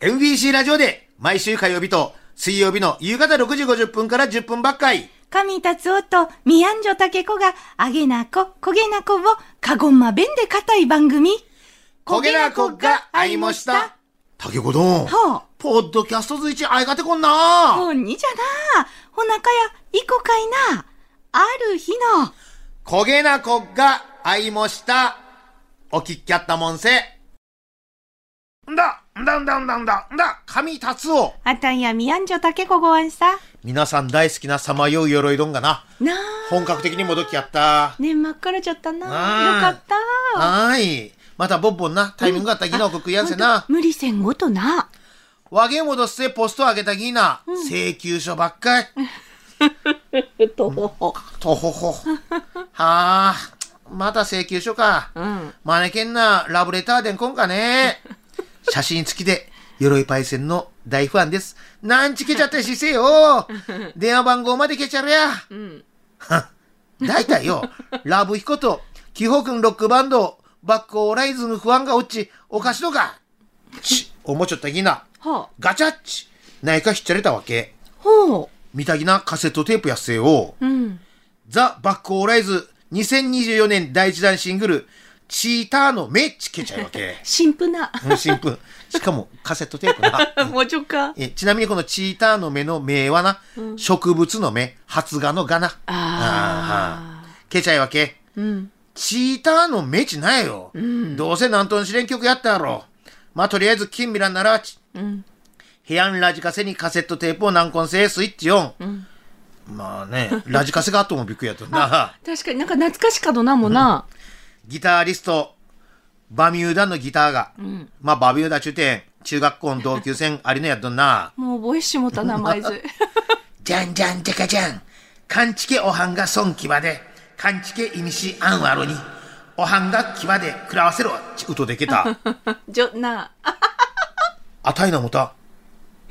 MBC ラジオで毎週火曜日と水曜日の夕方6時50分から10分ばっかり。神達夫とミアンジョタケコが、あげなこ、こげなこを、かごんま弁で固い番組。焦げなこが会いました。。竹子どん。はポッドキャスト随一相方こんあ、な。ほんにじゃな。ほなかや、いこかいな。ある日の、焦げなこが会いました。おきっきゃったもんせ。んだ、んだんだんだんだ、んだ、神達夫。あたんやミアンジョタケコごわんさ。皆さん大好きなさまよう鎧どんがな、なあ。本格的に戻っきやった。ね真っからちゃったな。よあかった。はーい。またボッボンな、タイミングあったぎな、こくやんせなほんと。無理せんごとな。和げ戻してポストあげたぎな、請求書ばっかい。とほほ。とほほ。はあ、また請求書か。うん。マネケンなラブレターでんこんか ね。写真付きで、鎧パイセンの大ファンです。なんちけちゃったしせ よ。電話番号までけちゃるや。うん。大体よ、ラブヒコと、キホ君ロックバンド、バックオーライズの不安が落ち、おかしとか。ち、おもちょったぎな。はガチャッチ。ないかひっちゃれたわけ。あ。ほみたぎなカセットテープやっせよ。う。うん。。ザ・バック・オーライズ2024年第一弾シングル、チーターの目ちけちゃうわけ新婦な。うん新聞。しかもカセットテープな。 もうちょっか。えちなみにこのチーターの目の目はな、植物の目、発芽の芽な。ああー。けちゃうわけ。あ。うん。チーターの目ちないよ。どうせなんとんしれん曲やったやろ。まあ、とりあえず近未来なら、ちうん。部屋にラジカセにカセットテープを軟ン製スイッチオン。うん。まあね、ラジカセがあってもびっくりやったな。 確かになんか懐かしかどなもな。ギタリスト、バミューダのギターが、ん。まあバミューダ中点、中学校の同級生ありのやっとんなもう覚えしもた名前 ず。じゃんじゃんじゃかじゃん、かんちけおはんが損きばで、かんちけいみしあんわろに、おはんがきばで食らわせろ、ちうとでけ た。じょ、なあ。あたいなもた。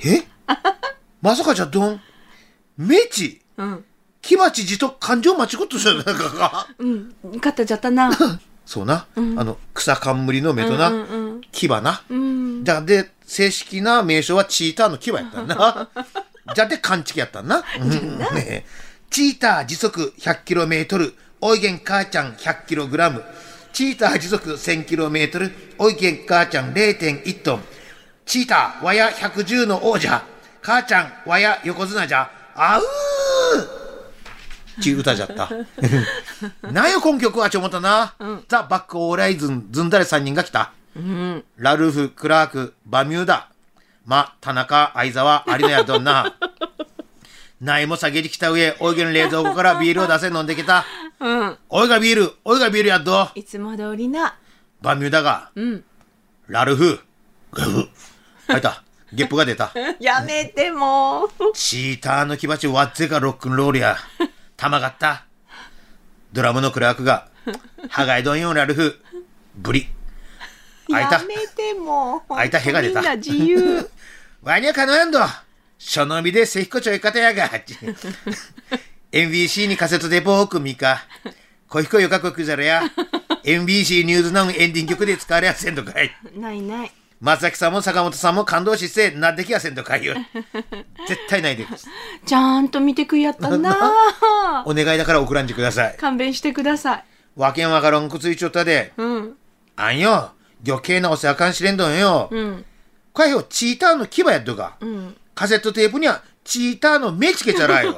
えまさかじゃ どん、めち、うん。きばちじと感情間違っとしたんなんかが。うん。かったじゃったな。そうな、あの、草冠の目とな、うんうんうん牙な。うん。じゃで、正式な名称はチーターの牙やったんな。じゃで、勘違いやったん な。うんねえチーター時速 100km、おいげん母ちゃん 100kg。チーター時速 1000km、おいげん母ちゃん0.1トン。チーター、わや110の王者。母ちゃん、わや横綱じゃ。あうーち歌じゃった。なんよ、こん曲はちょ思ったな。ザ・バック・オーライズン、ずんだれ3人が来た。うん。ラルフ、クラーク、バミューダ。ま、田中、相沢、有野やどん な。ないも下げに来た上、おいげん冷蔵庫からビールを出せ飲んできた。うん。おいがビール、おいがビールやっど。いつも通りな。バミューダが、うん。ラルフ、グフ。入った。ゲップが出た。 やめて もう。チーターの木鉢わっぜがロックンロール や。たまがった。ドラムのクラークが、ハガイドンよラルフ、ブリ。開いたや。めてもう。開いた部屋が出たみんな自 由。ワニャカノヤンド、書のみでセヒコちょい方やが。NBC にカセットテープを置くみか。小彦よかこくざるや。NBC ニューズナウンエンディング曲で使われやせんとかい。ないない。松崎さんも坂本さんも感動しせ、なってきやせんとかいよ。絶対ない です。ちゃんと見てくやった な。お願いだから送らんじください。勘弁してください。わけんわからんくついちょったで。うん。あんよ。余計なお世話かんしれんどんよ。うん。かよ、チーターの牙やっとか。うん。カセットテープにはチーターの目つけちゃらよ。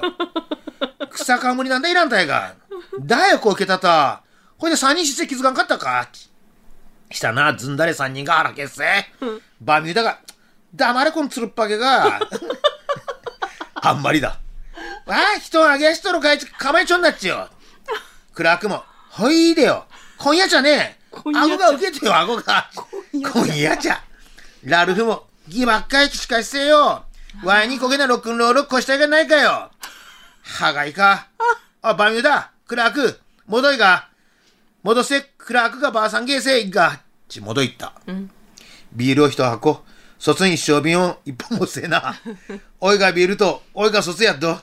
草かむりなんだいらんたいが。だよ、こうけたた。これで三人して気づかんかったか。したな、ずんだれ三人が腹けっせ。バミューダが、黙れこのつるっぱけが。あんまりだ。わあ、人をあげやしとるかいち、構えちょんなっちよ。クラークも、ほいでよ。今夜じゃねえ。今夜顎じゃが受けてよ、顎が。今夜じゃ。ラルフも、ギばっかりしかしてよ。ワイにこげなロックンロール越したいがないかよ。はがいか。あ、バミューダ、クラーク、戻いが。戻せ、クラークがばあさんゲーせいが。ち、戻いった。んビールを一箱、卒に一生瓶を一本もせえな。おいがビールと、おいが卒やっと。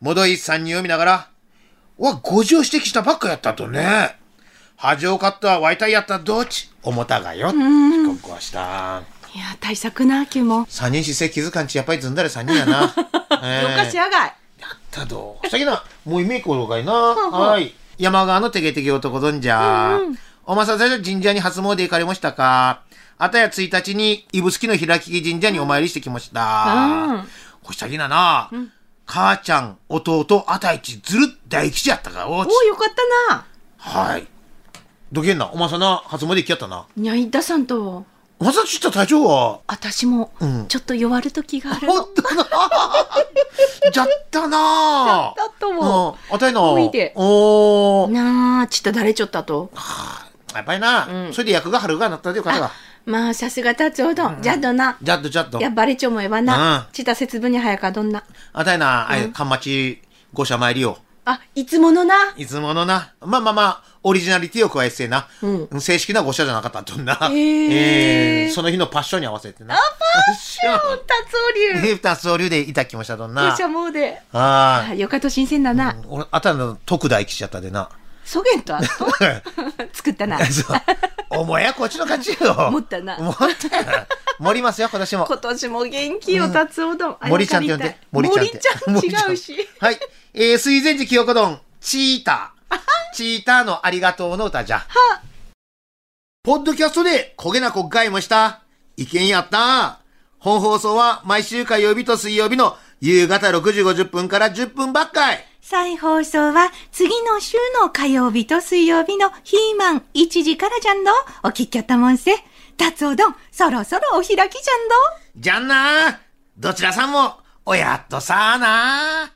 戻い三人を見ながら、わ、五条指摘したばっかやったとね。恥をかったわ、わいたいやったどっち。重たがよ。ここはした。いや、対策な、きも。三人姿勢気づかんちやっぱりずんだら三人や な、えよかしやがい。やったどうしたけなもうイメイクおがいなはい山川のてげてげ男どんじゃ、おまさ最初神社に初詣行かれましたかあたや1日に指宿の開き神社にお参りしてきました、うんこしたきなな、母ちゃん弟あたいちずる大吉やったからおうちおお、よかったな。はいどけんなおまさな初詣行きやったなにゃいださんと、おまさちった隊長は私もうん、ちょっと弱る時があるほの。んと なじゃったなだと思う。うん、あたいなおいでおーなあ、ちょっと誰ちょったと。やっぱりな、うんそれで役が春がなったでよかったわまあ、さすが達夫どん。じゃどな。ジャッドジャッドいや、バレちょもえばなう。んちた節分に早かどんな。あたいなあいかんまち御社参りよあ、いつものな。いつものなまあまあまあオリジナリティを加えてせえな、うん正式な御社じゃなかったとんな、へええーその日のパッションに合わせてなパッシ達夫流。で 二つ流でいたきましたとんなおしゃもうで。ああよかと新鮮だなあ。俺あたいの特大吉ちゃったでなそげんとあと 作ったな。 そうお前はこっちの勝ちよ持ったな持ったよな盛りますよ今年も今年も元気よ、達夫どん。あ森ちゃんって呼んで。森ちゃんっってて。。森 ちゃん違うし森。ちゃんはい。えー、水前寺清子丼、チーター。チーターのありがとうの歌じゃ。ポッドキャストで焦げなこっかいもした。意見やった。本放送は毎週火曜日と水曜日の夕方6時50分から10分ばっかい。再放送は次の週の火曜日と水曜日のヒーマン1時からじゃんど。お聞きやったもんせ。達夫どん、そろそろお開きじゃんど。じゃんなどちらさんも、おやっとさあな